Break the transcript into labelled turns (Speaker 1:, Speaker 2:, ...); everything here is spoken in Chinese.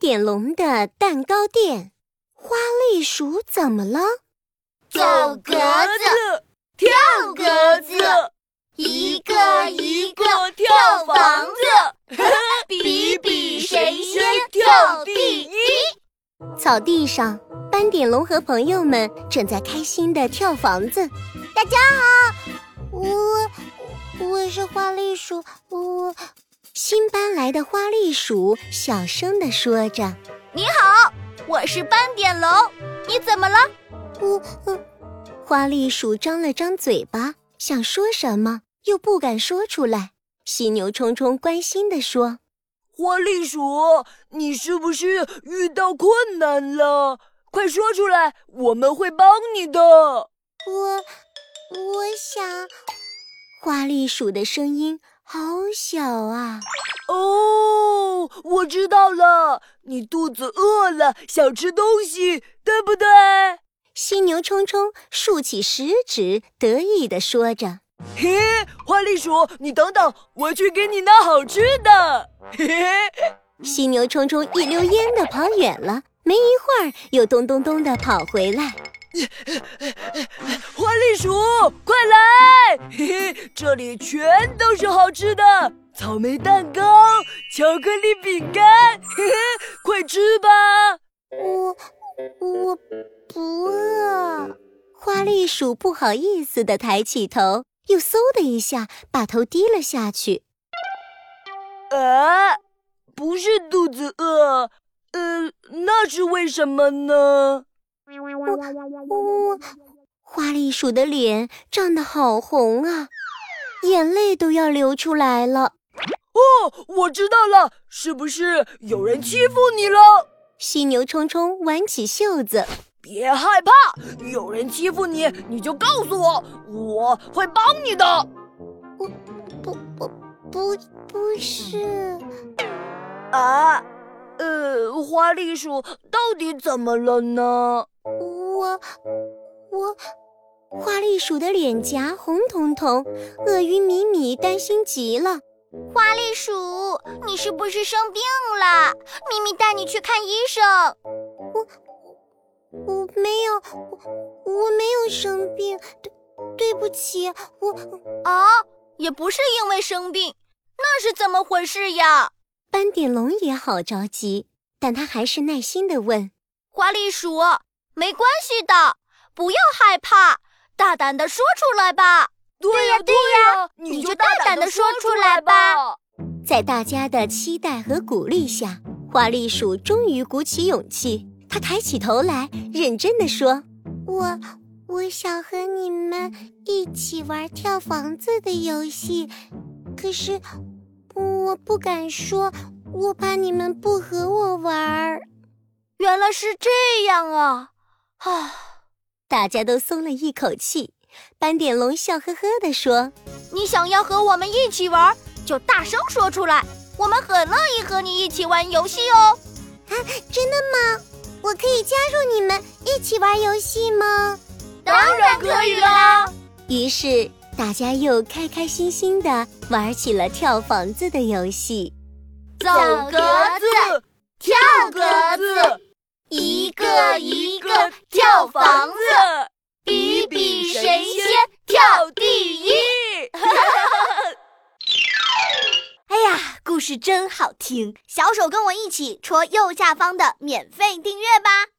Speaker 1: 脸龙的蛋糕店。花栗鼠怎么了？
Speaker 2: 走格子，
Speaker 3: 跳
Speaker 2: 格子一个一个跳房子， 比比谁先跳第一。
Speaker 1: 草地上，斑点龙和朋友们正在开心的跳房子。
Speaker 4: 大家好，我我是花栗鼠，我
Speaker 1: 新搬来的花栗鼠小声的说着：“
Speaker 2: 你好，我是斑点龙，你怎么了？”
Speaker 4: 我、呃、
Speaker 1: 花栗鼠张了张嘴巴，想说什么又不敢说出来。犀牛冲冲关心的说。
Speaker 3: 花栗鼠，你是不是遇到困难了？快说出来，我们会帮你的。
Speaker 4: 我，我想，
Speaker 1: 花栗鼠的声音好小啊。
Speaker 3: 哦，我知道了，你肚子饿了，想吃东西，对不对？
Speaker 1: 犀牛冲冲竖起食指，得意地说着。
Speaker 3: 嘿，花栗鼠，你等等，我去给你拿好吃的。嘿嘿，
Speaker 1: 犀牛冲冲一溜烟的跑远了，没一会儿又咚咚咚的跑回来。
Speaker 3: 花栗鼠，快来！ 嘿嘿，这里全都是好吃的，草莓蛋糕、巧克力饼干， 嘿嘿，快吃吧！
Speaker 4: 我我不饿。
Speaker 1: 花栗鼠不好意思的抬起头。又嗖的一下把头低了下去。
Speaker 3: 啊，不是肚子饿，呃，那是为什么呢？
Speaker 4: 我我
Speaker 1: 花栗鼠的脸涨得好红啊，眼泪都要流出来了。
Speaker 3: 哦，我知道了，是不是有人欺负你了？
Speaker 1: 犀牛冲冲挽起袖子。
Speaker 3: 别害怕，有人欺负你，你就告诉我，我会帮你的。
Speaker 4: 不不不不不是
Speaker 3: 啊，呃，花栗鼠到底怎么了呢？
Speaker 4: 我我，
Speaker 1: 花栗鼠的脸颊红彤彤，鳄鱼米米担心极了。
Speaker 2: 花栗鼠，你是不是生病了？咪咪带你去看医生。
Speaker 4: 我。我没有，我我没有生病，对对不起，我
Speaker 2: 啊，也不是因为生病，那是怎么回事呀？
Speaker 1: 斑点龙也好着急，但他还是耐心的问：“
Speaker 2: 花栗鼠，没关系的，不要害怕，大胆的说出来吧。”“
Speaker 3: 对呀、啊，对呀、啊，你
Speaker 2: 哎就大胆的说出来吧。”
Speaker 1: 在大家的期待和鼓励下，花栗鼠终于鼓起勇气。他抬起头来，认真的说：“
Speaker 4: 我我想和你们一起玩跳房子的游戏，可是我不敢说，我怕你们不和我玩。”
Speaker 2: 原来是这样啊！啊，
Speaker 1: 大家都松了一口气。斑点龙笑呵呵地说：“
Speaker 2: 你想要和我们一起玩，就大声说出来，我们很乐意和你一起玩游戏哦。”
Speaker 4: 啊，真的吗？我可以加入你们一起玩游戏吗？
Speaker 2: 当然可以啦！
Speaker 1: 于是大家又开开心心的玩起了跳房子的游戏。
Speaker 2: 走格子，跳格子，一个一个跳房子，比比谁先跳第一。 哎呀，故事真好听！小手跟我一起戳右下方的免费订阅吧。